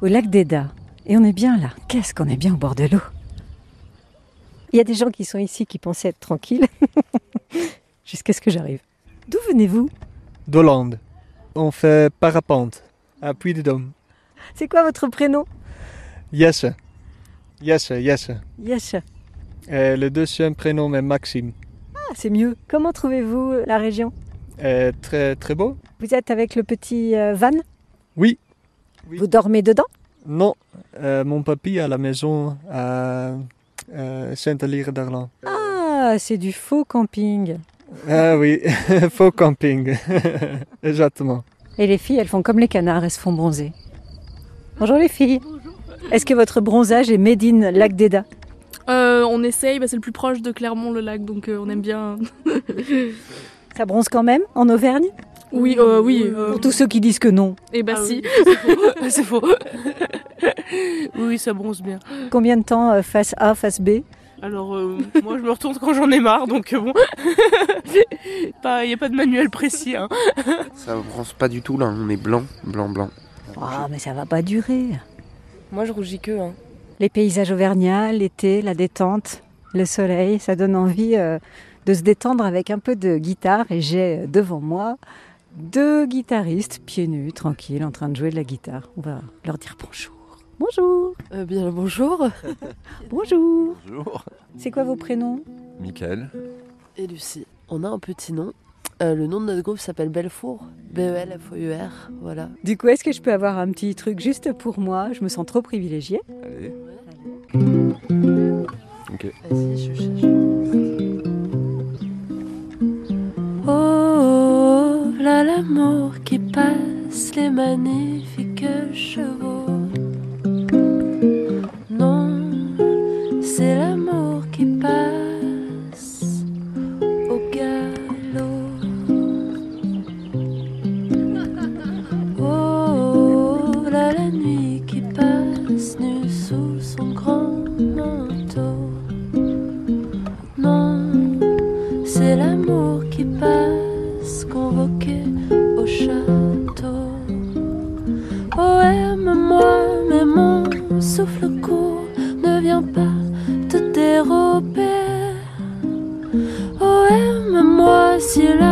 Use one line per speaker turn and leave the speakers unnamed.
au lac d'Eda. Et on est bien là. Qu'est-ce qu'on est bien au bord de l'eau. Il y a des gens qui sont ici qui pensaient être tranquilles. Jusqu'à ce que j'arrive. D'où venez-vous
d'Hollande. On fait parapente à Puy-de-Dôme.
C'est quoi votre prénom
Yes. Yes, yes.
Yasha.
Et le deuxième prénom est Maxime.
Ah, c'est mieux. Comment trouvez-vous la région
Et Euh, très, très beau
Vous êtes avec le petit euh, van
Oui. Oui.
Vous dormez dedans
Non, euh, mon papy à la maison à Saint-Alire d'Arlan.
Ah, c'est du faux camping.
Ah oui, faux camping. Exactement.
Et les filles, elles font comme les canards, elles se font bronzer. Bonjour les filles. Est-ce que votre bronzage est made in Lac d'Eda
Euh, on essaye, bah, c'est le plus proche de Clermont-le-Lac, donc euh, on aime bien.
Ça bronze quand même en Auvergne
Oui, euh, oui. euh,
Pour tous ceux qui disent que non.
Et bah
Ah
si.
oui, c'est faux. oui, oui, ça bronze bien.
Combien de temps euh, face A, face B
Ah,
Alors, euh, moi, je me retourne quand j'en ai marre, donc euh, bon. Il n'y a pas de manuel précis. hein.
Ça bronze pas du tout là, on est blanc, blanc, blanc.
Ah, mais ça va pas durer.
Moi, je rougis que. Hein.
Les paysages auvergnats, l'été, la détente, le soleil, ça donne envie euh, de se détendre avec un peu de guitare. Et j'ai euh, devant moi deux guitaristes pieds nus, tranquilles, en train de jouer de la guitare. On va leur dire bonjour. Bonjour,
Euh, bien, bonjour.
bonjour.
Bonjour.
C'est quoi vos prénoms
Michael.
Et Lucie, on a un petit nom. Euh, le nom de notre groupe s'appelle Belfour. E B-E-L-F-O-U-R. Voilà.
Du coup, est-ce que je peux avoir un petit truc juste pour moi Je me sens trop privilégiée.
Allez.
Vas-y, je cherche. Oh, là l'amour qui passe, les magnifiques chevaux. Non, c'est l'amour qui passe au galop. Oh, là la nuit qui passe nue sous son grand manteau. Non, c'est l'amour qui passe convoqué au château. Oh, aime-moi, mais mon souffle court, ne viens pas te dérober. Oh, aime-moi si la